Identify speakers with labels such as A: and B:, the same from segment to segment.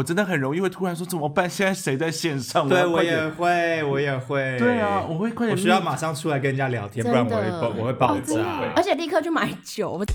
A: 我真的很容易会突然说怎么办？现在谁在线上？
B: 对，
A: 要
B: 我
A: 快
B: 也
A: 点。
B: 会，我也会。
A: 对啊，我会快
B: 嗯我
A: 点。
B: 需要马上出来跟人家聊天，不然我会
C: 真的
B: 爆，我会爆
C: 哦真的
B: 炸。
C: 而且立刻去买酒。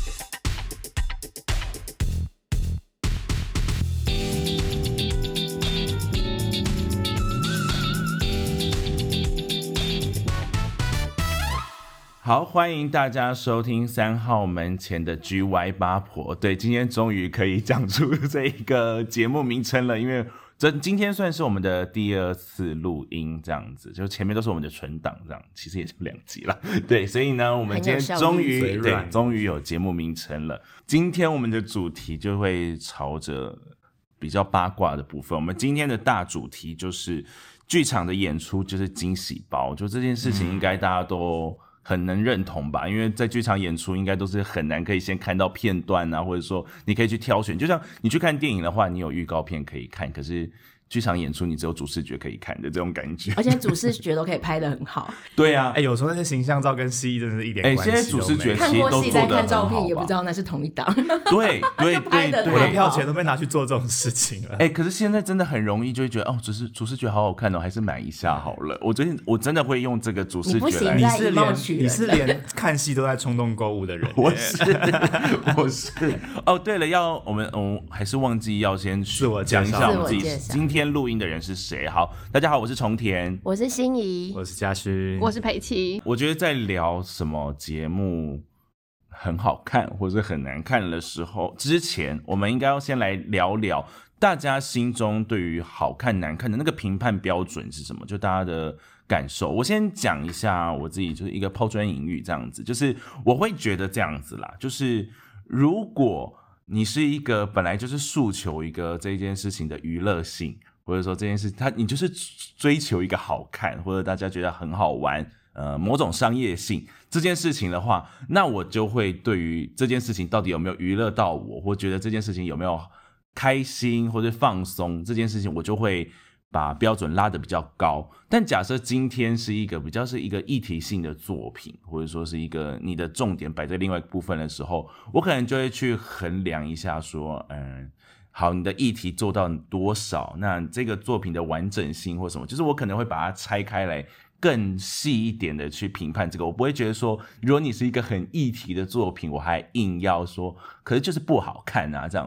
A: 好，欢迎大家收听三号门前的 GY 八婆。对，今天终于可以讲出这一个节目名称了，因为这今天算是我们的第二次录音，这样子，就前面都是我们的存档，这样其实也就两集了。对，所以呢，我们
C: 很
A: 今
C: 有效
A: 天终
C: 率
A: 于
B: 嘴
A: 对
B: 软
A: 终于有节目名称了。今天我们的主题就会朝着比较八卦的部分。我们今天的大主题就是剧场的演出就是惊喜包，就这件事情应该大家都很能认同吧？因为在剧场演出应该都是很难可以先看到片段啊，或者说你可以去挑选。就像你去看电影的话，你有预告片可以看，可是。剧场演出你只有主视觉可以看的这种感觉，
C: 而且主视觉都可以拍得很好，
A: 对啊
B: 哎、，有时候那些形象照跟西医真的是一点
A: 哎
B: 关系
A: 现在
B: 都没有。
A: 主视觉
C: 看
A: 其
C: 过
A: 实都
C: 戏
A: 做
C: 再
A: 得
C: 看
A: 很
C: 照
A: 好
C: 片也
A: 吧
C: 不知道那是同一档。
A: 对对
C: 拍
A: 对
C: 得
B: 我的
C: 很
A: 对，
B: 票钱都被拿去做这种事情了。
A: 哎、可是现在真的很容易就会觉得哦，主视主视觉好好看哦，还是买一下好了。我最近我真的会用这个主视
C: 你不
A: 觉
C: 行
A: 来，
B: 你
C: 在
B: 是
C: 以貌
B: 连
C: 取人
B: 你是连看戏都在冲动购物的人哎
A: 我是我是哦，对了，要我们嗯，还是忘记要先自
B: 我介
A: 讲
B: 绍
A: 一下我们自
C: 自
A: 己
C: 我介绍
A: 今天录音的人是谁。好，大家好，我是重田。
C: 我是心仪，
B: 我是嘉勋，
D: 我是佩奇，
A: 我觉得在聊什么节目很好看或者很难看的时候，之前我们应该要先来聊聊大家心中对于好看难看的那个评判标准是什么，就大家的感受。我先讲一下我自己，就是一个抛砖引玉这样子，就是我会觉得这样子啦，就是如果你是一个本来就是诉求一个这件事情的娱乐性，或者说这件事，它你就是追求一个好看，或者大家觉得很好玩，呃，某种商业性这件事情的话，那我就会对于这件事情到底有没有娱乐到我，或觉得这件事情有没有开心或者放松这件事情，我就会把标准拉得比较高。但假设今天是一个比较是一个议题性的作品，或者说是一个你的重点摆在另外一个部分的时候，我可能就会去衡量一下，说，嗯。好，你的议题做到多少？那这个作品的完整性或什么，就是我可能会把它拆开来，更细一点的去评判这个。我不会觉得说，如果你是一个很议题的作品，我还硬要说，可是就是不好看啊，这样。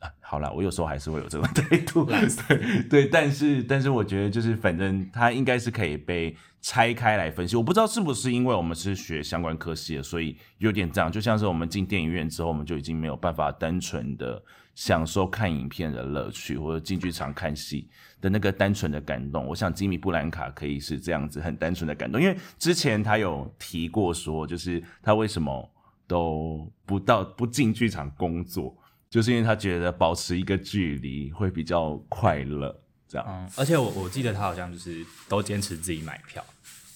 A: 啊好啦，我有时候还是会有这种 态度，对 对，但是但是我觉得就是反正它应该是可以被拆开来分析。我不知道是不是因为我们是学相关科系的，所以有点这样，就像是我们进电影院之后，我们就已经没有办法单纯的享受看影片的乐趣，或者进剧场看戏的那个单纯的感动。我想吉米布兰卡可以是这样子很单纯的感动，因为之前他有提过说，就是他为什么都不到不进剧场工作。就是因为他觉得保持一个距离会比较快乐，这样。
B: 嗯，而且我我记得他好像就是都坚持自己买票，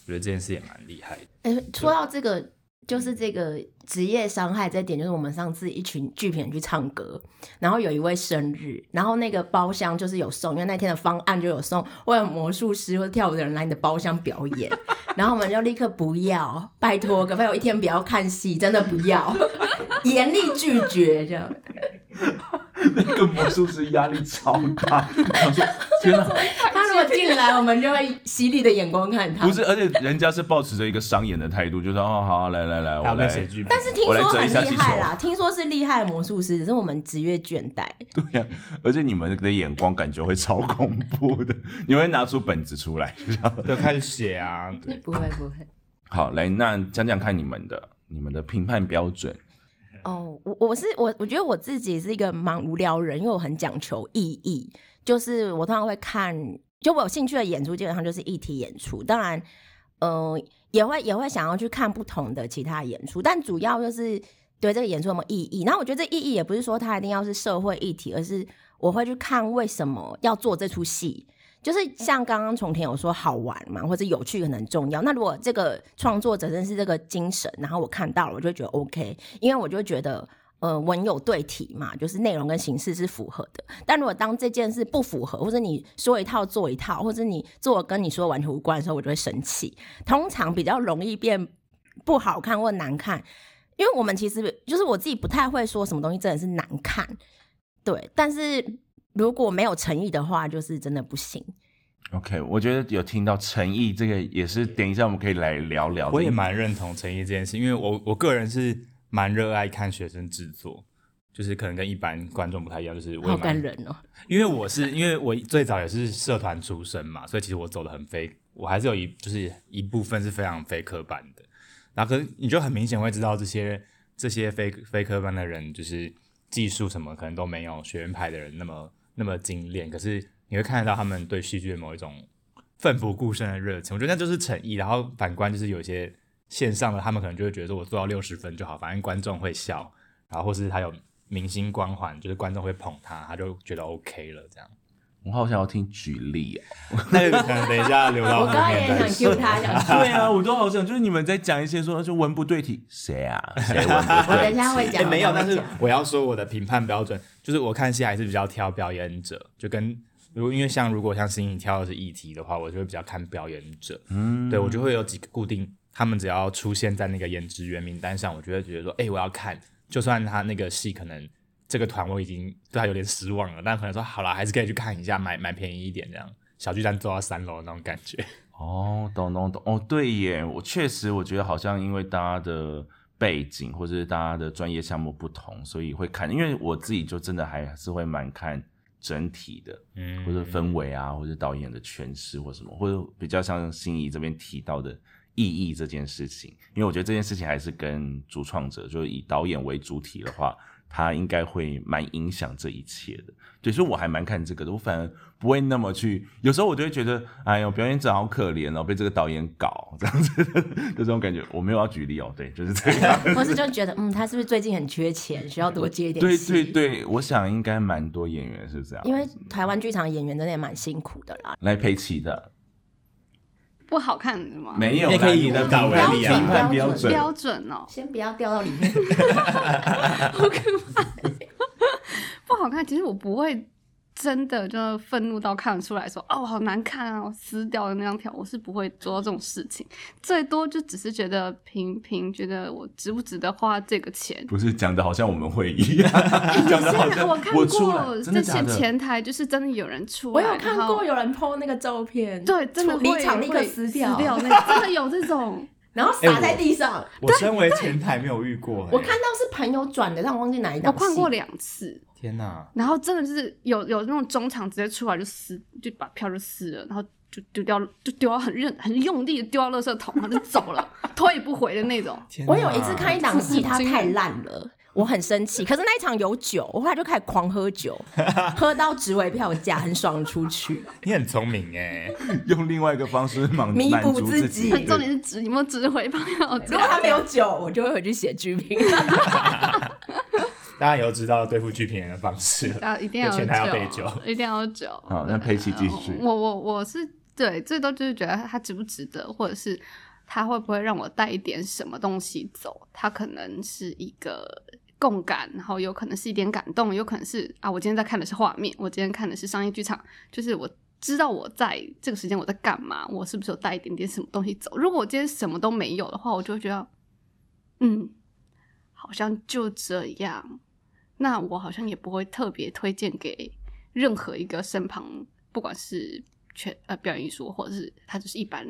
B: 我觉得这件事也蛮厉害的。
C: 哎、说到这个，就是这个职业伤害这一点，就是我们上次一群剧评人去唱歌，然后有一位生日，然后那个包厢就是有送，因为那天的方案就有送，会有魔术师或者跳舞的人来你的包厢表演， 然后我们就立刻不要，拜托，可不可以有一天不要看戏，真的不要， 严厉拒绝这样。
A: 那个魔术师压力超大，想说天哪，
C: 他如果进来，我们就会犀利的眼光看他。
A: 不是，而且人家是抱持着一个商演的态度，就说哦好，来来来，
B: 他
A: 我
B: 们
A: 来。
B: 写剧本，
C: 但是听
A: 我来
C: 说
A: 折一
C: 很
A: 下
C: 厉
A: 气
C: 害
A: 球
C: 啦，听说是厉害的魔术师，只是我们职业倦怠。
A: 而且你们的眼光感觉会超恐怖的，你会拿出本子出来。 就这样
B: 就开始写啊，对，
C: 不会不会。
A: 好，来那讲讲看你们的你们的评判标准。
C: 哦，我我是我，我觉得我自己是一个蛮无聊的人，因为我很讲求意义，就是我通常会看，就我有兴趣的演出，基本上就是议题演出。当然，呃，也会也会想要去看不同的其他演出，但主要就是对这个演出有没有意义。然后我觉得这意义也不是说它一定要是社会议题，而是我会去看为什么要做这出戏。就是像刚刚从田有说好玩嘛，或者有趣很重要。那如果这个创作者真是这个精神，然后我看到了，我就觉得 OK，因为我就觉得。呃，文有对题嘛，就是内容跟形式是符合的。但如果当这件事不符合，或者你说一套做一套，或者你做得跟你说完全无关的时候，我就会生气。通常比较容易变不好看或难看，因为我们其实就是我自己不太会说什么东西真的是难看，对。但是如果没有诚意的话，就是真的不行。
A: OK，我觉得有听到诚意这个也是，等一下我们可以来聊聊的。
B: 我也蛮认同诚意这件事，因为我我个人是蛮热爱看学生制作，就是可能跟一般观众不太一样，就是我也
C: 好感
B: 蛮
C: 人哦，
B: 因为我是因为我最早也是社团出身嘛，所以其实我走的很非，我还是有一就是一部分是非常非科班的。然后可是你就很明显会知道这些这些非非科班的人，就是技术什么可能都没有学院派的人那么那么精炼，可是你会看得到他们对戏剧的某一种奋不顾身的热情。我觉得那就是诚意。然后反观就是有些线上的，他们可能就会觉得说我做到六十分就好，反正观众会笑。然后或是他有明星光环，就是观众会捧他，他就觉得 OK 了这样。
A: 我好想要听举例哦。
B: 那个可能等一下留到
C: 我
B: 后
C: 刚刚也
B: 面再
C: 想 Q
B: 说。
C: 他，想 Q
A: 对啊，我都好想，就是你们在讲一些说就文不对题，谁 啊？谁文不
C: 我
A: 对？
C: 等一下会
B: 哎、
C: 讲，
B: 没有，但是
C: 我
B: 我要说我的评判标准就是，我看戏还是比较挑表演者，就跟如果因为像如果像新颖挑的是议题的话，我就会比较看表演者。嗯，对我就会有几个固定，他们只要出现在那个演职员名单上，我就会觉得说，哎、我要看，就算他那个戏可能这个团我已经对啊他有点失望了，但可能说好啦，还是可以去看一下，买买便宜一点这样。小巨蛋坐到三楼那种感觉，
A: 哦，懂懂懂，哦，对耶，我确实我觉得好像因为大家的背景或者是大家的专业项目不同，所以会看，因为我自己就真的还是会蛮看整体的，
B: 嗯
A: 或者氛围啊，或者导演的诠释或什么，或者比较像心仪这边提到的意义这件事情，因为我觉得这件事情还是跟主创者，就是以导演为主体的话，他应该会蛮影响这一切的。对，所以我还蛮看这个的，我反而不会那么去，有时候我就会觉得，哎呦，表演者好可怜哦，被这个导演搞这样子， 就这种感觉。我没有要举例哦，对，就是这样。
C: 或是就觉得，嗯，他是不是最近很缺钱，需要多接一点
A: 对
C: 戏
A: 对，对，我想应该蛮多演员是这样，
C: 因为台湾剧场演员真的也蛮辛苦的啦。
A: 来陪齐的
D: 不好看是吗？
A: 没有
B: 你
A: 啦，
B: 也可以
A: 你的
B: 以大为例啊
A: 评判
C: 标
A: 标
C: 准
A: 准。
D: 标准哦，
C: 先不要掉到里面，
D: 不好看。其实我不会真的就愤怒到看得出来说，哦，好难看啊，我撕掉的那张条，我是不会做到这种事情。最多就只是觉得平平，觉得我值不值得花这个钱。
A: 不是讲的好像我们会一样，讲的好像
D: 我看
A: 出来
D: 过，
A: 真的
D: 在
A: 假
D: 前
A: 的？
D: 前台就是真的有人出
C: 我
D: 来，
C: 有看
D: 然后
C: 过有人 PO 那个照片，
D: 对，真的
C: 出离
D: 会
C: 场立刻
D: 会
C: 撕
D: 掉
C: 掉，
D: 那个，真的有这 种。
C: 然后
B: 哎
C: 撒
B: 我
C: 在地上。
B: 我身为前台没有遇过、
C: 我
B: 哎
C: 看到是朋友转的，但我忘记哪一
D: 我
C: 档戏。
D: 看过两次，
B: 天哪，
D: 然后真的就是有有那种中场直接出来就撕，就把票就撕了，然后就丢掉，就丢到很认很用力的丢到垃圾桶，然后就走了， 头也不回的那种。
B: 天哪
C: 我有一次看一档戏，
D: 这
C: 它
D: 很惊人
C: 太烂了。我很生气，可是那一场有酒，我后来就开始狂喝酒，喝到值回票价，很爽出去。
B: 你很聪明哎、
A: 用另外一个方 式满
C: 弥补
A: 满足
C: 自
A: 己
C: 己
A: 对
D: 重点是指有没有指挥朋友这
C: 如果
D: 样。
C: 他没有酒，我就会回去写剧 评。
B: 大家有知道对付剧评人的方式了。
D: 啊，一定要
B: 有钱还要备
D: 酒
B: 酒，
D: 一定要有酒。
A: 好那佩奇继续
D: 我我我是对，最多就是觉得他值不值得，或者是他会不会让我带一点什么东西走？他可能是一个共感，然后有可能是一点感动，有可能是啊，我今天在看的是画面，我今天看的是商业剧场，就是我。知道我在这个时间我在干嘛，我是不是有带一点点什么东西走？如果我今天什么都没有的话，我就会觉得，嗯，好像就这样。那我好像也不会特别推荐给任何一个身旁，不管是全呃表演艺术，或者是他就是一般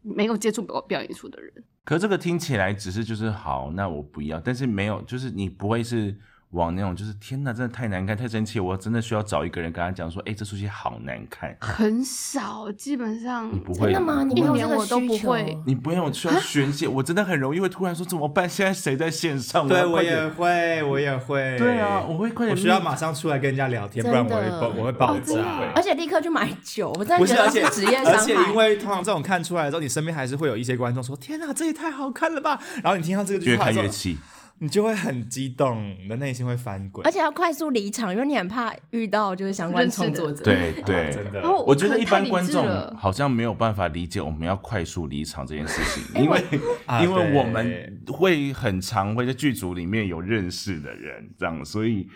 D: 没有接触过表演艺术的人。
A: 可这个听起来只是就是好，那我不要，但是没有，就是你不会是往那种就是天哪，真的太难看，太生气，我真的需要找一个人跟他讲说，哎、这出戏好难看，
D: 很少，基本上
A: 你不会
C: 真的吗？你
D: 一
C: 没有这
D: 年
C: 个
D: 我都不
C: 需求
D: 会
A: 你不用
D: 啊
A: 需要宣泄，我真的很容易会突然说怎么办？现在谁在线上？
B: 对，
A: 要
B: 我
A: 快
B: 也
A: 点。
B: 会，我也会。
A: 对啊，我会快点。
B: 我需要马上出来跟人家聊天，不然我会
C: 真的
B: 爆，我会爆
D: 真的啊
B: 炸。
C: 而且立刻去买酒，我真
B: 不
C: 的
B: 是，
C: 觉
B: 而
C: 得
B: 且
C: 是职业
B: 而
C: 伤
B: 且因
C: 害。
B: 为通常这种看出来之后，你身边还是会有一些观众说：“天哪，这也太好看了吧！”然后你听到这个句
A: 越
B: 话
A: 看
B: 之后
A: 越，气，
B: 你就会很激动，你的内心会翻滚。
C: 而且要快速离场，因为你很怕遇到就是相关创作者。
A: 对对，
B: 啊真
D: 然后
C: 哦
B: 的，
A: 我觉得一
D: 可能太
A: 般
D: 理
A: 观
D: 智
A: 众
D: 了
A: 好像没有办法理解我们要快速离场这件事
C: 哎
A: 情，因为
B: 啊
A: 因为
B: 对
A: 我们会很常会在剧组里面有认识的人这样，所以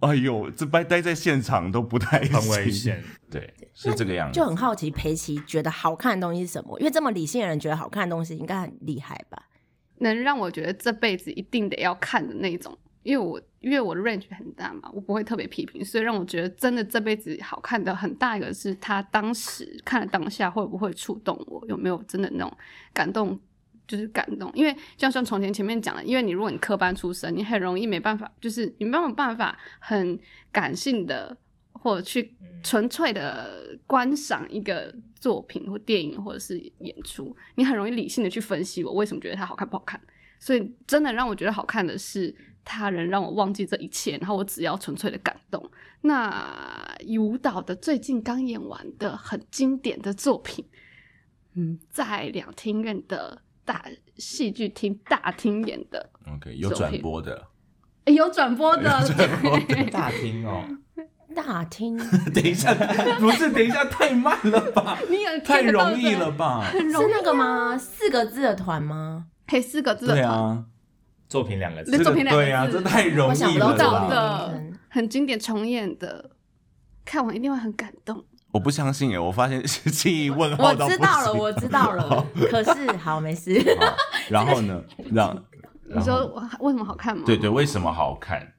A: 哎呦，这待待在现场都不太
B: 很危
A: 行
B: 险。。
A: 对，是这个样子
C: 就。很好奇裴奇觉得好看的东西是什么？因为这么理性的人觉得好看的东西应该很厉害吧？
D: 能让我觉得这辈子一定得要看的那种。因为我因为我的 range 很大嘛，我不会特别批评，所以让我觉得真的这辈子好看的很大一个是他当时看了当下会不会触动我，有没有真的那种感动。就是感动，因为就像像从前前面讲的，因为你如果你科班出身，你很容易没办法，就是你没有办法很感性的或者去
A: 嗯
D: 纯粹的观赏一个作品或电影或者是演出，你很容易理性的去分析我为什么觉得它好看不好看。所以真的让我觉得好看的是他人让我忘记这一切，然后我只要纯粹的感动。那以舞蹈的最近刚演完的很经典的作品，嗯，在两厅院的大戏剧厅大厅演的，
A: OK，有转播的，
D: 诶有转播的，
B: 大厅 哦，
C: 大厅
A: 等一下，不是，等一下，太慢了吧？
D: 你有
A: 太
D: 听得到
A: 容易了吧？
D: 对不对，很容
C: 是
D: 易
C: 那个吗？四个字的团吗？
D: 嘿，四个字的
A: 对
D: 团
A: 啊，
B: 作品两个
A: 这
B: 字，
D: 那
A: 个
D: 作品两个
A: 对啊，
D: 字
A: 这太容
C: 我想
A: 易
C: 不到
A: 了
C: 这个
D: 到
A: 吧。
D: 的
C: 名称。
D: 很经典重演的，看完一定会很感动。
A: 我不相信哎，我发现是记忆问号
C: 我
A: 到不
C: 知道了，
A: 行
C: 我知道了。 可哦是好，没事。
A: 好然后呢？让
D: 你说我为什么好看吗？
A: 对对，为什么好 看？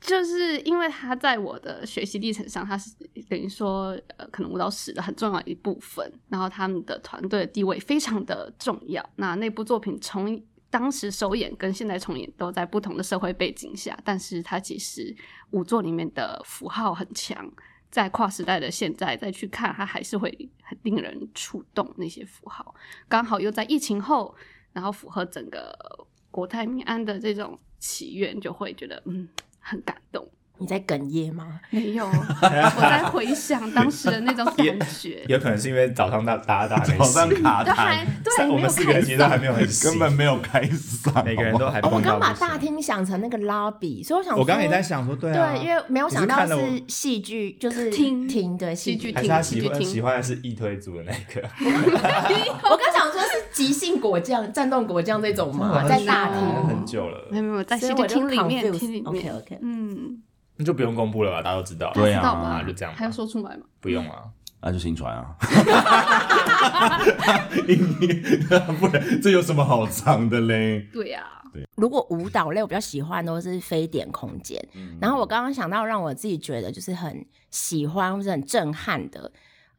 D: 就是因为它在我的学习历程上，它是等于说呃，可能舞蹈史的很重要的一部分。然后他们的团队的地位非常的重要。那那部作品从当时首演跟现在重演都在不同的社会背景下，但是它其实舞作里面的符号很强，在跨时代的现在再去看，它还是会很令人触动那些符号。刚好又在疫情后，然后符合整个呃国泰民安的这种祈愿，就会觉得嗯很感动。
C: 你在哽咽吗？
D: 没 有，我在回想当时的那种感 觉，
B: 有可能是因为早上大大家都还没
A: 早上
B: 醒
A: 卡
D: 都还
A: 痰，
B: 我
D: 对，没有
B: 们四个人其实都还没 有很醒，
A: 根本没有开嗓，
B: 每个人都还
A: 好
C: 哦，
B: 碰
C: 我
B: 到
C: 刚把
B: 不行
C: 大厅想成那个拉比，所以我想说，
B: 我刚刚也在想说，对啊，
C: 对，因为没有想
B: 你
C: 到
B: 是看了我
C: 是戏剧，就是
D: 听
C: 听对
D: 戏
C: 戏
D: 剧
C: 剧。
B: 还是他
D: 听
B: 喜
D: 去
B: 欢
D: 听
B: 喜欢的是易推组的那一个，
C: 我刚想说是即兴果酱、战斗果酱这种嘛，在大
B: 好像
C: 厅，
B: 很久
D: 没
B: 了，
D: 有没有在
C: 所
D: 戏
C: 以
D: 剧
C: 我就
D: 厅里面，
C: confused
D: 厅里面
C: OK，OK
D: 嗯，
B: 那就不用公布了吧，大家都知道，
A: 对
D: 知
A: 啊
D: 道吧？
B: 那就这样吧
D: 还要说出来吗？
B: 不用了。
A: 那就新传啊，不然这有什么好藏的嘞？
D: 对啊呀，
C: 如果舞蹈类，我比较喜欢都是非典空间。然后我刚刚想到让我自己觉得就是很喜欢或是很震撼的，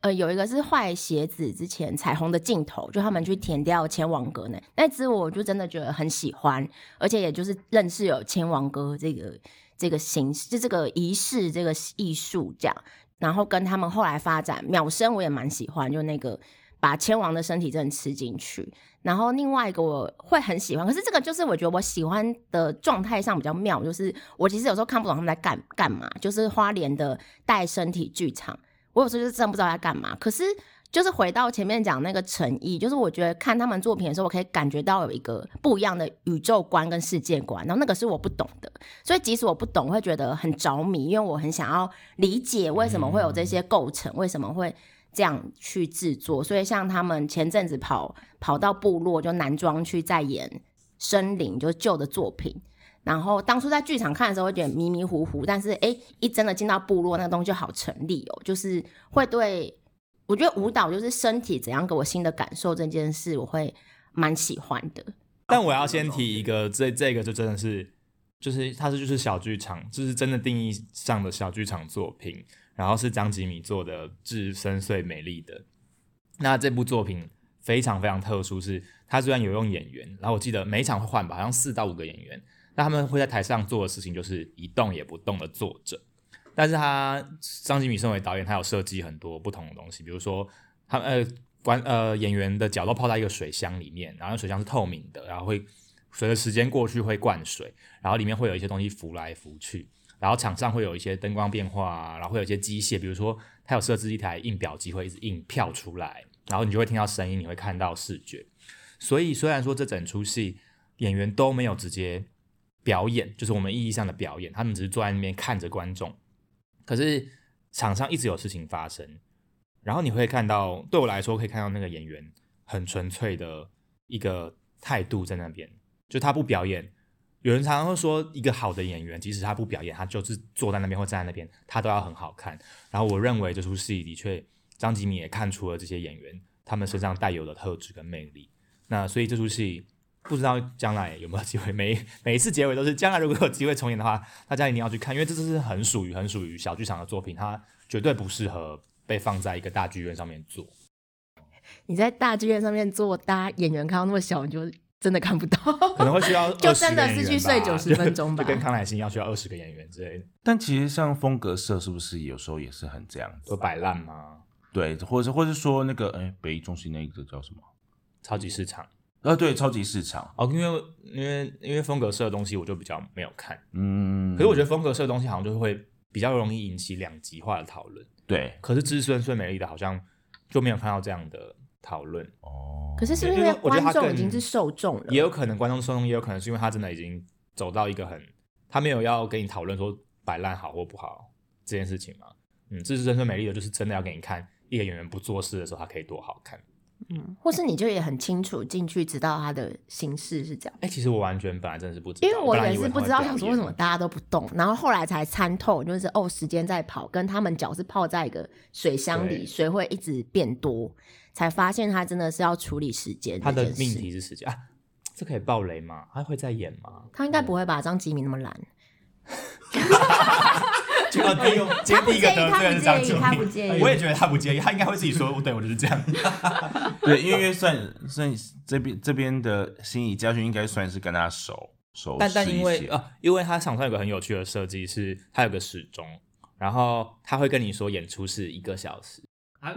C: 呃，有一个是坏鞋子之前彩虹的镜头，就他们去填掉千王哥那那支，我就真的觉得很喜欢，而且也就是认识有千王哥这个这个形式，就这个仪式这个艺术这样。然后跟他们后来发展秒生，我也蛮喜欢，就那个把千王的身体真的吃进去。然后另外一个我会很喜欢，可是这个就是我觉得我喜欢的状态上比较妙，就是我其实有时候看不懂他们在干干嘛，就是花莲的带身体剧场，我有时候就是真不知道在干嘛。可是就是回到前面讲那个诚意，就是我觉得看他们作品的时候，我可以感觉到有一个不一样的宇宙观跟世界观，然后那个是我不懂的，所以即使我不懂，我会觉得很着迷，因为我很想要理解为什么会有这些构成，为什么会这样去制作。所以像他们前阵子跑跑到部落，就男装去再演森林，就是旧的作品。然后当初在剧场看的时候，会觉得迷迷糊糊，但是诶，一真的进到部落，那个东西就好成立哦，就是会对。我觉得舞蹈就是身体怎样给我新的感受这件事，我会蛮喜欢的。
B: 但我要先提一个，这这个就真的是，就是它是就是小剧场，就是真的定义上的小剧场作品，然后是张吉米做的《致深邃美丽的》。那这部作品非常非常特殊是，它虽然有用演员，然后我记得每一场会换吧，好像四到五个演员，那他们会在台上做的事情就是一动也不动的坐着。但是他张吉米身为导演，他有设计很多不同的东西，比如说他呃观呃演员的脚都泡在一个水箱里面，然后水箱是透明的，然后会随着时间过去会灌水，然后里面会有一些东西浮来浮去，然后场上会有一些灯光变化啊，然后会有一些机械，比如说他有设置一台印表机会一直印票出来，然后你就会听到声音，你会看到视觉。所以虽然说这整出戏演员都没有直接表演，就是我们意义上的表演，他们只是坐在那边看着观众，可是场上一直有事情发生，然后你会看到，对我来说可以看到那个演员很纯粹的一个态度在那边，就他不表演。有人常常会说，一个好的演员，即使他不表演，他就是坐在那边或站在那边，他都要很好看。然后我认为这出戏的确，张吉米也看出了这些演员他们身上带有的特质跟魅力。那所以这出戏不知道将来有没有机会，每每一次结尾都是将来如果有机会重演的话，大家一定要去看，因为这就是很属于很属于小剧场的作品，它绝对不适合被放在一个大剧院上面 做。
C: 你在大剧院上面做，大家演员看到那么小，你就真的看不到。
B: 可能会需要
C: 就真的
B: 20
C: 是
B: 个演员吧
C: 去睡90分钟吧
B: 就就跟康乃馨要需要二十个演员之类的，
A: 但其实像风格社是不是有时候也是很这样子？
B: 都摆烂吗？
A: 对，或者是或者是说那个哎、北一中心那个叫什么？
B: 超级市场
A: 呃，对，超级市场。
B: 哦，因为因为因为风格社的东西我就比较没有看，
A: 嗯，
B: 可是我觉得风格社的东西好像就会比较容易引起两极化的讨论。
A: 对
B: 可是《知孙最美丽的》好像就没有看到这样的讨论，
A: 哦，
C: 可是是不是
B: 因
C: 因
B: 为
C: 为
B: 我觉得他
C: 观众已经
B: 更
C: 是受众了？
B: 也有可能观众受众，也有可能是因为他真的已经走到一个很，他没有要跟你讨论说摆烂好或不好这件事情嘛。嗯，《这是人生美丽的》就是真的要给你看一个演员不做事的时候，他可以多好看。
C: 嗯或是你就也很清楚进去，知道他的形式是这样。
B: 哎、其实我完全本来真的是不知道，
C: 因为我
B: 本来
C: 也
B: 以
C: 是
B: 他
C: 不
B: 会
C: 知道，
B: 表
C: 想说
B: 演
C: 为什么大家都不动，然后后来才参透，就是哦，时间在跑，跟他们脚是泡在一个水箱
B: 对
C: 里，水会一直变多，才发现他真的是要处理时间
B: 他的
C: 这件
B: 命
C: 事
B: 题是时间啊，这可以爆雷吗？他会再演吗？
C: 他应该不会把张吉米那么懒，
B: 就要第一个，今
C: 他
B: 天
C: 不
B: 第一个得
C: 介意他
B: 罪
C: 不
B: 的是张
C: 介意
B: 秋
C: 他
B: 明
C: 不介意
B: 我也觉得他不介意，他应该会自己说，对我就是这样。
A: 对，因为因为算算这边这边的心仪家训应该算是跟他熟熟
B: 但但
A: 识一
B: 因为
A: 些
B: 啊，因为他场上有个很有趣的设计是，他有个时钟，然后他会跟你说演出是一个小时，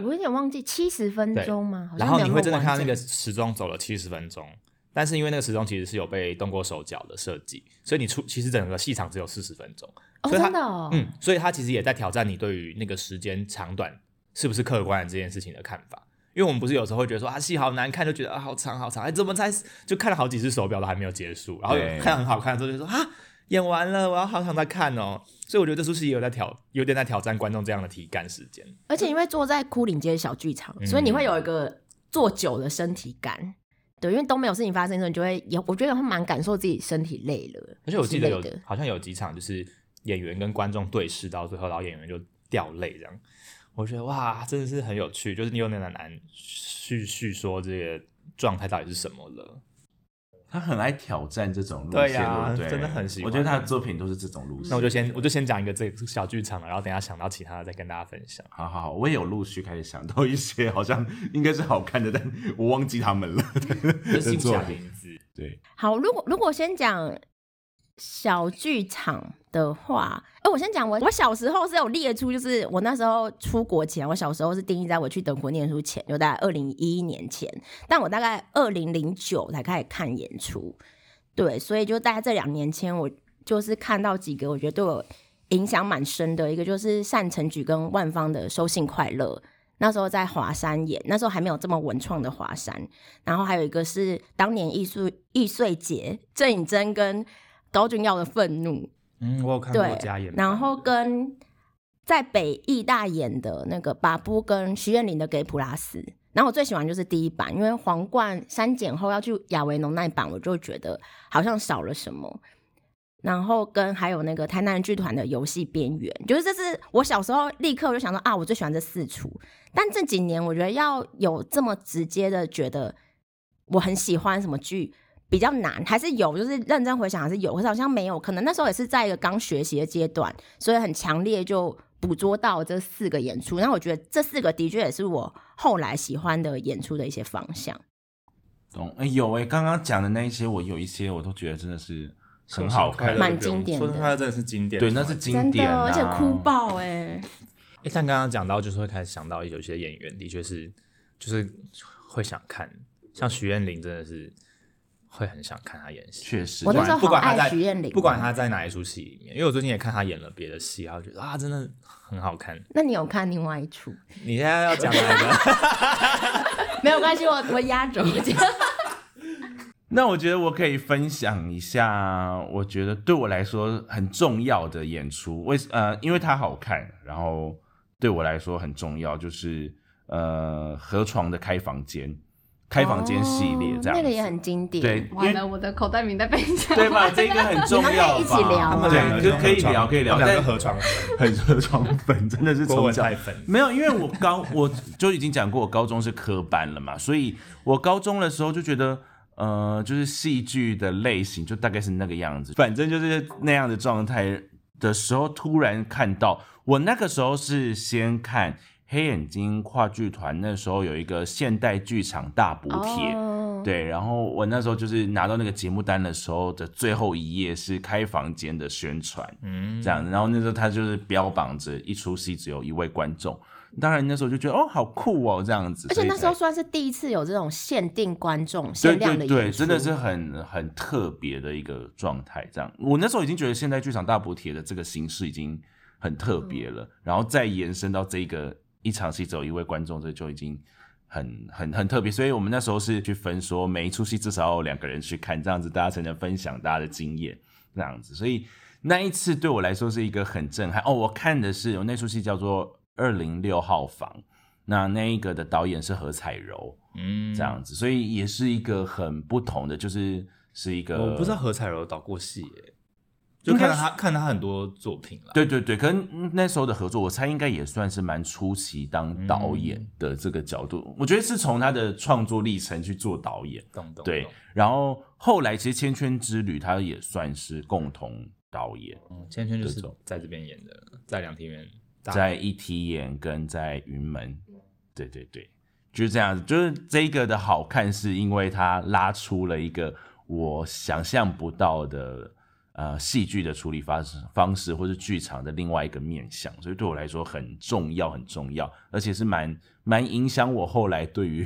C: 我有点忘记七十分钟吗？好像
B: 啊然后
C: 没有
B: 你
C: 么
B: 会真的看到
C: 完
B: 那
C: 整
B: 个时钟走了七十分钟，但是因为那个时钟其实是有被动过手脚的设计，所以你出其实整个戏场只有四十分钟，
C: 哦，
B: 所以他
C: 真的哦，
B: 嗯，所以他其实也在挑战你对于那个时间长短是不是客观的这件事情的看法。因为我们不是有时候会觉得说啊戏好难看，就觉得啊好长好长，哎怎么才就看了好几只手表都还没有结束，然后
A: 对
B: 看得很好看的时候就说啊演完了，我要好想再看哦。所以我觉得这出戏也有在挑，有点在挑战观众这样的体感时间。
C: 而且因为坐在枯岭街的小剧场，
B: 嗯
C: 所以你会有一个坐久的身体感。对，因为都没有事情发生的时候，你就会也我觉得会蛮感受自己身体累了。
B: 而且我记得有
C: 之类的
B: 好像有几场就是演员跟观众对视到最后，然后演员就掉泪这样。我觉得哇，真的是很有趣，就是你有点难叙叙说这个状态到底是什么了。
A: 他很爱挑战这种路
B: 对
A: 线，
B: 呀
A: 不对？
B: 真的很喜欢
A: 我觉得他的作品都是这种路线。
B: 那我就先我就先讲一个这个小剧场了，然后等一下想到其他的再跟大家分享。
A: 好好好，我也有陆续开始想到一些好像应该是好看的，但我忘记他们了。
B: 这是
A: 的作
B: 小
A: 品
B: 名字，
A: 对，
C: 好，如果如果先讲小剧场的话，哎、我先讲我我小时候是有列出，就是我那时候出国前，我小时候是定义在我去德国念书前，就大概二零一一年前，但我大概二零零九才开始看演出，对，所以就大概这两年前，我就是看到几个我觉得对我影响蛮深的，一个就是单成举跟万芳的《收信快乐》。那时候在华山演，那时候还没有这么文创的华山，然后还有一个是当年艺术易碎节郑颖珍跟高俊耀的《愤怒》，
B: 嗯，我有看过
C: 对
B: 加演，，
C: 然后跟在北艺大演的那个巴布跟徐艳玲的《给普拉斯》，然后我最喜欢就是第一版，因为皇冠删减后要去亚维农那一版，我就觉得好像少了什么。然后跟还有那个台南剧团的游戏边缘，就是这是我小时候立刻我就想说啊，我最喜欢这四出。但这几年我觉得要有这么直接的觉得我很喜欢什么剧比较难，还是有，就是认真回想还是有，可是好像没有，可能那时候也是在一个刚学习的阶段，所以很强烈就捕捉到这四个演出。那我觉得这四个的确也是我后来喜欢的演出的一些方向。
A: 懂。哎、有哎、刚刚讲的那一些，我有一些我都觉得真的是很好看。
C: 蛮经典的
B: 说他真的是经典，
A: 对，那是经典、啊，
C: 爆哎、
B: 诶但刚刚讲到，就是会开始想到有些演员的确是，就是会想看，像徐彦霖真的是会很想看他演戏。
A: 确实。
C: 我那时候
B: 不管
C: 好
B: 他
C: 爱
B: 在
C: 徐彦霖哦
B: 不管他在哪一出戏里面，因为我最近也看他演了别的戏，然后觉得啊，真的很好看。
C: 那你有看另外一出？
B: 你现在要讲哪一个？
C: 没有关系，我我压轴。
A: 那我觉得我可以分享一下，我觉得对我来说很重要的演出，为呃，因为它好看，然后对我来说很重要，就是呃，河床的开房间，开房间系列这样子、
C: 哦那个也很经典。
A: 对，因
D: 完
A: 为
D: 了，我的口袋名单被你讲
A: 对吧？这个很重要吧？
C: 你们可以一起聊啊
A: 对，就可以聊，可以聊，但
B: 河床
A: 很河床 粉真的是
B: 郭
A: 从
B: 文
A: 小
B: 太粉，
A: 没有，因为我高我就已经讲过，我高中是科班了嘛，所以我高中的时候就觉得，呃，就是戏剧的类型，就大概是那个样子。反正就是那样的状态的时候，突然看到我那个时候是先看黑眼睛话剧团，那时候有一个现代剧场大补贴。
C: 哦，
A: 对，然后我那时候就是拿到那个节目单的时候的最后一页是开房间的宣传，
B: 嗯
A: 这样子。然后那时候他就是标榜着一出戏只有一位观众，当然那时候就觉得哦好酷哦这样子。
C: 而且
A: 所以
C: 那时候
A: 才
C: 算是第一次有这种限定观众、
A: 对
C: 限量的
A: 对
C: 演
A: 对，
C: 出，
A: 真的是很很特别的一个状态。这样，我那时候已经觉得现代剧场大补贴的这个形式已经很特
C: 嗯
A: 别了，然后再延伸到这一个一场戏只有一位观众，这就已经。很很很特别，所以我们那时候是去分说，每一出戏至少要有两个人去看，这样子大家才能分享大家的经验，这样子。所以那一次对我来说是一个很震撼哦。我看的是有那出戏叫做《二零六号房》，那那一个的导演是何彩柔，
B: 嗯
A: 这样子，所以也是一个很不同的，就是是一个
B: 哦我不知道何彩柔导过戏耶，
A: 应
B: 就
A: 该
B: 看了他看了他很多作品了。，
A: 对对对，跟那时候的合作，我猜应该也算是蛮出奇
B: 嗯
A: 当导演的这个角度，我觉得是从他的创作历程去做导演，
B: 懂懂
A: 对
B: 懂，
A: 然后后来其实《千圈之旅》他也算是共同导演，
B: 嗯，千圈就
A: 这
B: 是
A: 种
B: 在这边演的，在两厅院大
A: 在一体眼跟在云门，对对对，就是这样子。就是这个的好看，是因为它拉出了一个我想象不到的呃戏剧的处理方式方式，或是剧场的另外一个面向，所以对我来说很重要，很重要，而且是蛮蛮影响我后来对于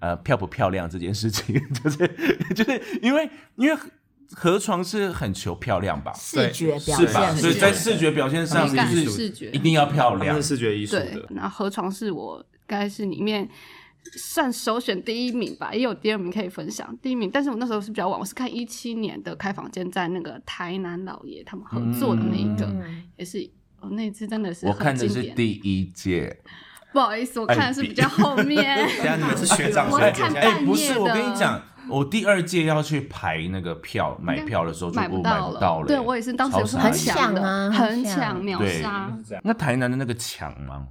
A: 呃漂不漂亮这件事情， 就是就是因为因为河河床是很求漂亮吧。
C: 视觉表
A: 是吧？
C: 现，
D: 是
A: 所以
D: 觉
A: 在视觉表现上
D: 美感
A: 面是
D: 视觉
A: 一定要漂
B: 他
A: 亮
B: 们是，视觉艺术
D: 对
B: 的，，
D: 然后河床是我该是里面算首选第一名吧，也有第二名可以分享。第一名，但是我那时候是比较晚，我是看一七年的开房间，在那个台南老爷他们合作的那一个，
C: 嗯
D: 也是哦，那一次真的是
A: 我
D: 很
A: 看的
D: 经
A: 是
D: 典。
A: 第哎一届，
D: 不好意思，我看的是比较后 面。
B: 等一下你们是学长
D: 我
B: 学姐
D: 看
B: 现在
D: 半
A: 哎、
D: 夜的
A: 不是，我跟你讲，我第二届要去排那个票，买票的时候就
D: 买
A: 我买
D: 到
A: 不到了。
D: 对我也是当时
A: 超
D: 是
A: 傻
D: 很
A: 眼
D: 抢
C: 很
D: 的，
C: 抢啊
D: 很
C: 很抢
D: 秒
A: 对
D: 杀。
A: 那台南的那个抢吗？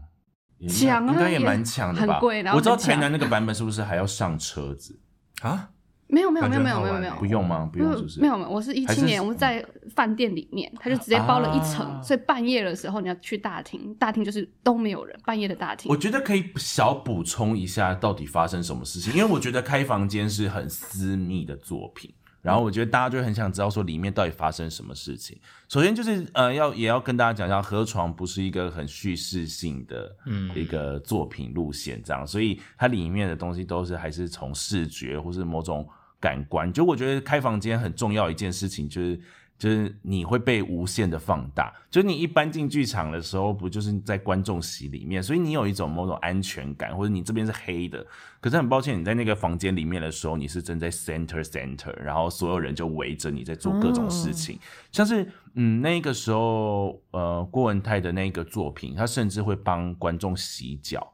D: 抢啊
A: 应该也
D: 也
A: 蛮抢的吧？
D: 很贵然后
A: 我知道
D: 很抢
A: 台南那个版本是不是还要上车子？
B: 啊，
D: 没有没有
B: 感
D: 没
B: 觉
D: 有没有没
B: 很好玩
D: 有没有，
A: 不用吗？不用是不是？
D: 嗯没有没有，我是一
A: 还
D: 七
A: 是
D: 年，我在饭店里面，他就直接包了一层，
A: 啊
D: 所以半夜的时候你要去大厅，大厅就是都没有人，半夜的大厅
A: 我。觉得可以小补充一下，到底发生什么事情？因为我觉得开房间是很私密的作品，然后我觉得大家就很想知道说里面到底发生什么事情。首先就是呃，要也要跟大家讲一下，河床不是一个很叙事性的一个作品路线，这样，所以它里面的东西都是还是从视觉或是某种感官。就我觉得开房间很重要一件事情就是。就是你会被无限的放大，就是你一般进剧场的时候，不就是在观众席里面，所以你有一种某种安全感，或者你这边是黑的，可是很抱歉，你在那个房间里面的时候，你是真在 center center，然后所有人就围着你在做各种事情，像是嗯那个时候呃郭文泰的那个作品，他甚至会帮观众洗脚，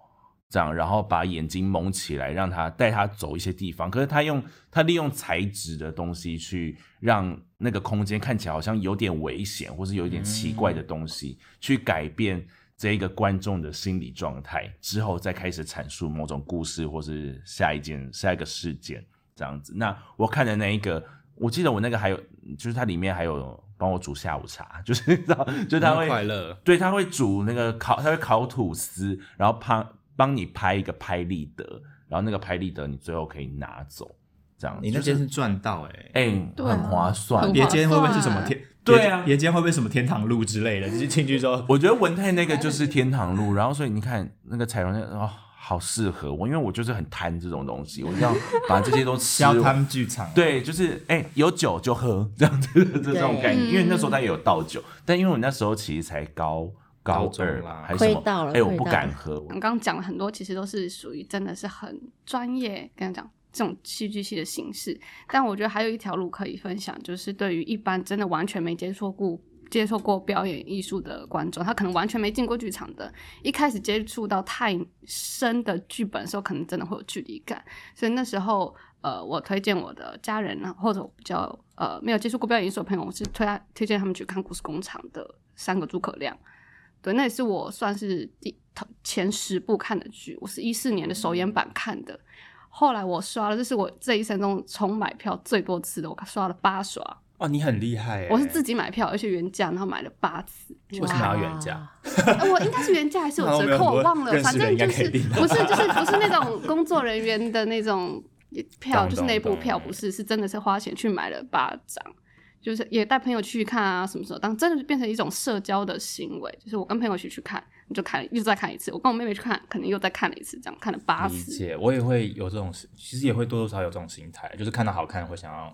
A: 这样，然后把眼睛蒙起来，让他带他走一些地方。可是他用他利用材质的东西去让那个空间看起来好像有点危险，或是有一点奇怪的东西，去改变这一个观众的心理状态，之后再开始阐述某种故事，或是下一件下一个事件这样子。那我看的那一个，我记得我那个还有，就是它里面还有帮我煮下午茶， 就是你知道，就是他会
B: 很快乐，
A: 对，他会煮那个烤，他会烤吐司，然后帮帮你拍一个拍立得，然后那个拍立得你最后可以拿走，这样子。
B: 你那
A: 就是
B: 间是赚到哎。
A: 哎、
D: 对啊
A: 很划算
D: 很。
B: 别间会不会是什么天？
A: 对啊
B: 别间会不会什么天堂路之类的？ 就是进去之后，
A: 我觉得文泰那个就是天堂路，然后所以你看那个彩虹那个哦，好适合我，因为我就是很贪这种东西，我一定要把这些都吃
B: 要他
A: 完。
B: 们剧场，，
A: 对，就是哎、有酒就喝这样子的这种概念，因为那时候
C: 嗯
A: 他也有倒酒，但因为我那时候其实才高
B: 高
A: 高
B: 中
A: 二
B: 啦
A: 还是什么
C: 亏，到了嗯
A: 哎、我不
C: 亏到
A: 敢
C: 了
A: 喝，我
D: 我刚刚讲了很多，其实都是属于真的是很专业，跟你讲这种戏剧系的形式。但我觉得还有一条路可以分享，就是对于一般真的完全没接触过。接受过表演艺术的观众，他可能完全没进过剧场的，一开始接触到太深的剧本的时候，可能真的会有距离感。所以那时候，呃，我推荐我的家人啊，或者我比较呃没有接触过表演艺术的朋友，我是推他推荐他们去看故事工厂的《三个诸葛亮》。对，那也是我算是第头前十部看的剧，我是一四年的首演版看的。后来我刷了，这是我这一生中重买票最多次的，我刷了八刷，
B: 哦，你很厉害耶！
D: 我是自己买票，而且原价，然后买了八次。
B: 为什么要原价？
D: 呃我应该是原价还是有折扣，我忘了，反正就是不是就是不是那种工作人员的那种票，
B: 懂
D: 就是内部
B: 懂
D: 票，
B: 懂
D: 不是是真的是花钱去买了八张，就是也带朋友去看啊，什么时候当真的变成一种社交的行为，就是我跟朋友一起去看，你就看又再看一次，我跟我妹妹去看，可能又再看了一次，这样看了八
B: 理
D: 次。
B: 解，我也会有这种，其实也会多多少少有这种心态，就是看到好看会想要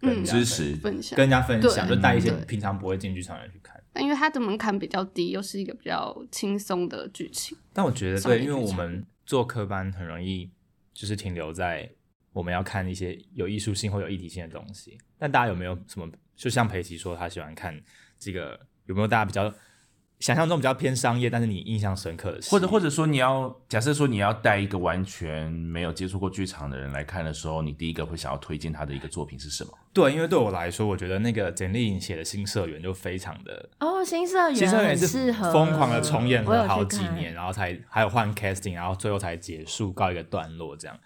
B: 跟人
D: 嗯
B: 家分
A: 支持
D: 分享
B: 跟，人家分享，
D: 对嗯
B: 就带一些
D: 对
B: 平常不会进剧场的人去看。
D: 但因为它的门槛比较低，又是一个比较轻松的剧情。
B: 但我觉得
D: 商业
B: 对，因为
D: 剧
B: 我
D: 场
B: 们做科班很容易就是停留在我们要看一些有艺术性或有议题性的东西。但大家有没有什么？就像裴奇说他喜欢看这个，有没有大家比较想象中比较偏商业，但是你印象深刻的戏？
A: 或者或者说你要假设说你要带一个完全没有接触过剧场的人来看的时候，你第一个会想要推荐他的一个作品是什么？
B: 对，因为对我来说，我觉得那个简丽颖写的《新社员》就非常的
C: 哦，新社
B: 新
C: 员
B: 社员
C: 很
B: 是
C: 适合
B: 疯狂的重演
C: 我有
B: 了
C: 去
B: 好几
C: 看
B: 年，然后才还有换 casting，然后最后才结束告一个段落这样。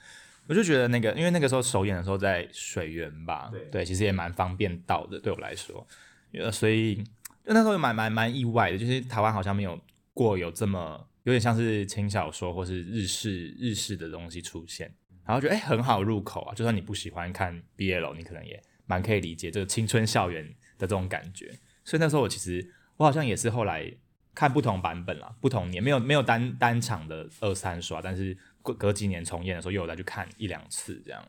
B: 我就觉得那个，因为那个时候首演的时候在水源吧，
A: 对
B: 其实也蛮方便到的，对我来说，呃所以就那时候也蛮蛮蛮意外的，就是台湾好像没有过有这么有点像是轻小说或是日式日式的东西出现，然后觉得哎、很好入口啊，就算你不喜欢看 BL，你可能也蛮可以理解这个青春校园的这种感觉。所以那时候我其实我好像也是后来看不同版本啦，不同年没有没有单单场的二三刷，但是隔隔几年重演的时候又有再去看一两次这样。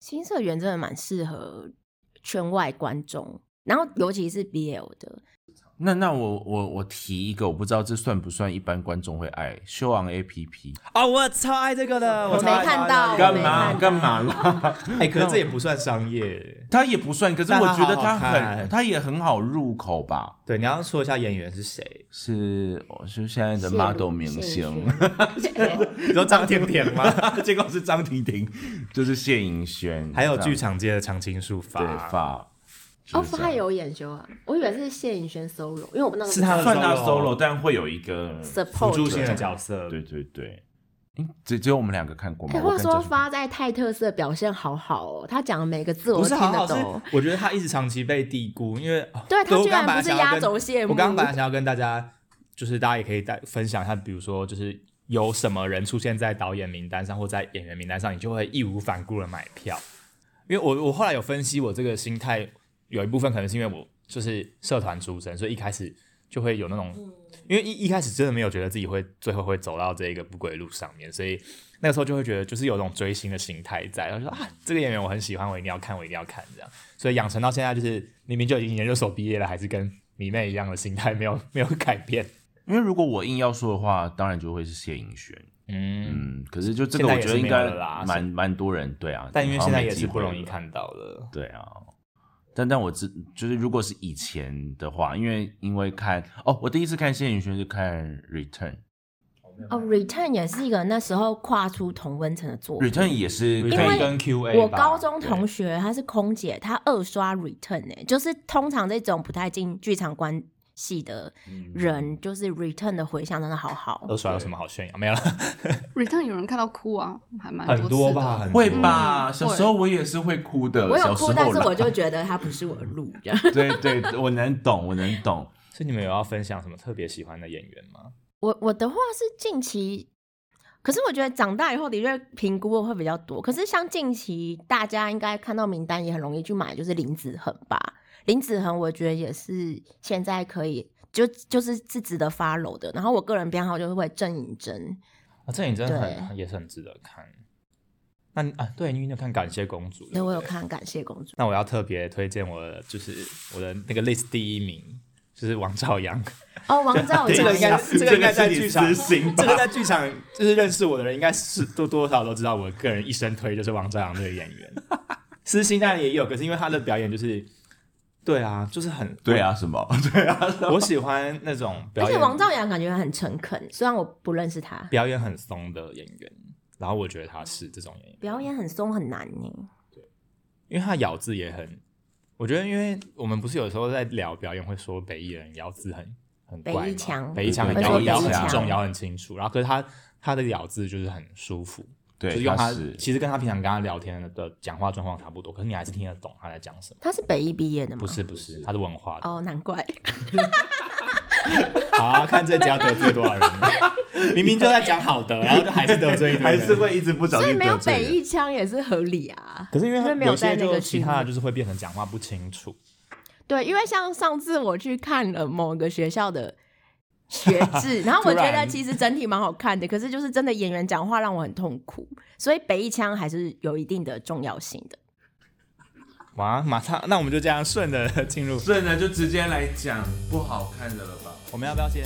C: 新社员真的蛮适合圈外观众，然后尤其是 BL 的，
A: 那那我我我提一个，我不知道这算不算一般观众会爱秀昂 A P P？
B: 哦，我超爱这个的，
C: 我没看到，我
A: 干
C: 哦没
A: 嘛
C: 看
A: 干嘛
C: 到。
A: 啦？
B: 哎、可是这也不算商业。
A: 它也不算，可是我觉得它
B: 但它好好看
A: 很，它也很好入口吧？
B: 对，你要说一下演员是谁？
A: 是，我是现在的 model 明星，
C: 哦
B: 你说张甜甜吗？
A: 结果是张婷婷，就是谢盈萱，
B: 还有剧
A: 场
B: 场界的常青树发，
A: 对发，
C: 哦，
A: 就是这
C: 发
A: 样
C: 有眼修啊！我以为是谢颖轩 solo，因为我不那个
B: 是他的
A: 算他
B: solo
A: solo，但会有一个，
B: 辅助
C: support
B: 性的角色。
A: 对对对，诶只只有我们两个看过吗？
C: 哎，
A: 我
C: 话
A: 跟
C: 说
A: 教授
C: 发在泰特社表现好好哦，他讲的每个字我
B: 不
C: 都
B: 是
C: 听
B: 好
C: 得
B: 好是
C: 懂。，
B: 我觉得他一直长期被低估，因为哦
C: 对他
B: 我
C: 居
B: 刚
C: 然
B: 本来
C: 不是
B: 想要
C: 压
B: 跟
C: 轴谢幕
B: 我刚刚本来想要跟大家，就是大家也可以带分享一下，比如说就是有什么人出现在导演名单上或在演员名单上，你就会义无反顾的买票。因为我我后来有分析，我这个心态有一部分可能是因为我就是社团出身，所以一开始就会有那种，
C: 嗯
B: 因为一一开始真的没有觉得自己会最后会走到这个不归路上面，所以那个时候就会觉得就是有种追星的心态在，然后就说啊这个演员我很喜欢，我一定要看，我一定要看这样，所以养成到现在就是明明就已经研究所毕业了，还是跟迷妹一样的心态没有没有改变。
A: 因为如果我硬要说的话，当然就会是谢盈萱。
B: 嗯，
A: 嗯，可是就这个，
B: 现在
A: 我
B: 也
A: 觉
B: 是
A: 得应
B: 没有
A: 该
B: 了啦
A: 蛮蛮多人对啊，
B: 但因为
A: 好
B: 现
A: 像
B: 在
A: 没
B: 也
A: 机
B: 是不
A: 会
B: 容易
A: 了
B: 看到了。
A: 对啊，但但我知就是如果是以前的话，因为因为看哦，我第一次看谢颖轩是看 Return，Return
C: 哦，Return 也是一个那时候跨出同温层的作品。
A: 也是
C: 为
A: 看一个
B: 跟 QA，
C: 我高中
B: 对
C: 同学她是空姐，她二刷 Return 哎、就是通常这种不太进剧场关系的人，就是 Return 的回响真的好好。
B: 嗯二刷有什么好炫耀？没有了，
D: Return 有人看到哭啊，还蛮
B: 很
D: 多
B: 多
D: 次的
B: 吧，很多
A: 会吧？
D: 嗯
A: 小时候我也是会哭的，
C: 我有
A: 小时
C: 哭，但
A: 候
C: 是
A: 啦
C: 我就觉得它不是我的路，这样。
A: 对对，对我能懂，我能懂。
B: 所以你们有要分享什么特别喜欢的演员吗？
C: 我我的话是近期，可是我觉得长大以后的确评估会比较多。可是像近期大家应该看到名单也很容易去买，就是林子恒吧。林子恒我觉得也是现在可以就就是是值得 follow 的。然后我个人编号就是会郑颖珍，
B: 啊，这你真的很
C: 对
B: 也是很值得看。那你啊，对，你有看《感谢公主》？
C: 对
B: 对不
C: 我有
B: 对。
C: 看《感谢公主》。
B: 那我要特别推荐我的，就是我的那个 list 第一名，就是王兆阳。
C: 哦，王兆
B: 这个应该
C: 阳，
B: 这个应该在剧场
A: 这个是你私心吧
B: 这个在剧场就是认识我的人，应该是多多少少都知道，我个人一生推就是王朝阳这个演员。私心当然也有，可是因为他的表演就是，对啊，就是很
A: 对，啊，什么？ 对啊，什么
B: 我喜欢那种
C: 而
B: 表
C: 且
B: 演，
C: 王兆阳感觉很诚恳，虽然我不认识他，
B: 表演很松的演员，然后我觉得他是这种演员，
C: 表演很松很难呢。
B: 因为他咬字也很，我觉得因为我们不是有时候在聊表演会说北艺人咬字很很
C: 北
B: 怪
C: 艺
B: 嘛
C: 腔
B: 北艺腔
A: 对
B: 很
A: 对
B: 咬
A: 对
B: 咬
A: 北艺
B: 很
A: 腔
B: 重，咬很清楚，然后可是他他的咬字就是很舒服，
A: 对，
B: 就是用
A: 他
B: 他
A: 是
B: 其实跟他平常跟他聊天的的讲话状况差不多，可是你还是听得懂他在讲什么。
C: 他是北艺毕
A: 嗯
C: 业的吗？
B: 不是啊不是，他是文化的。
C: 哦，难怪。
B: 好、啊，看这家得罪多少 人，明明就在讲好的，然后就还是得罪一 堆
A: 还
B: 人。
A: 是会一直不小
C: 所以
A: 心
C: 没有
A: 得罪
C: 北
A: 人。
C: 艺腔也是合理啊。
B: 可是因为
C: 因
B: 他
C: 为没有
B: 有些
C: 在那
B: 就
C: 个
B: 其
C: 区
B: 他的
C: 域
B: 就是会变成讲话不清楚，
C: 对，因为像上次我去看了某个学 校的学制，然后我
B: 突
C: 觉
B: 然
C: 得其实整体蛮好看的，可是就是真的演员讲话让我很痛苦，所以北艺腔还是有一定的重要性的。
B: 哇，马上那我们就这样顺着进入，
A: 顺着就直接来讲不好看的了吧。
B: 我们要不要先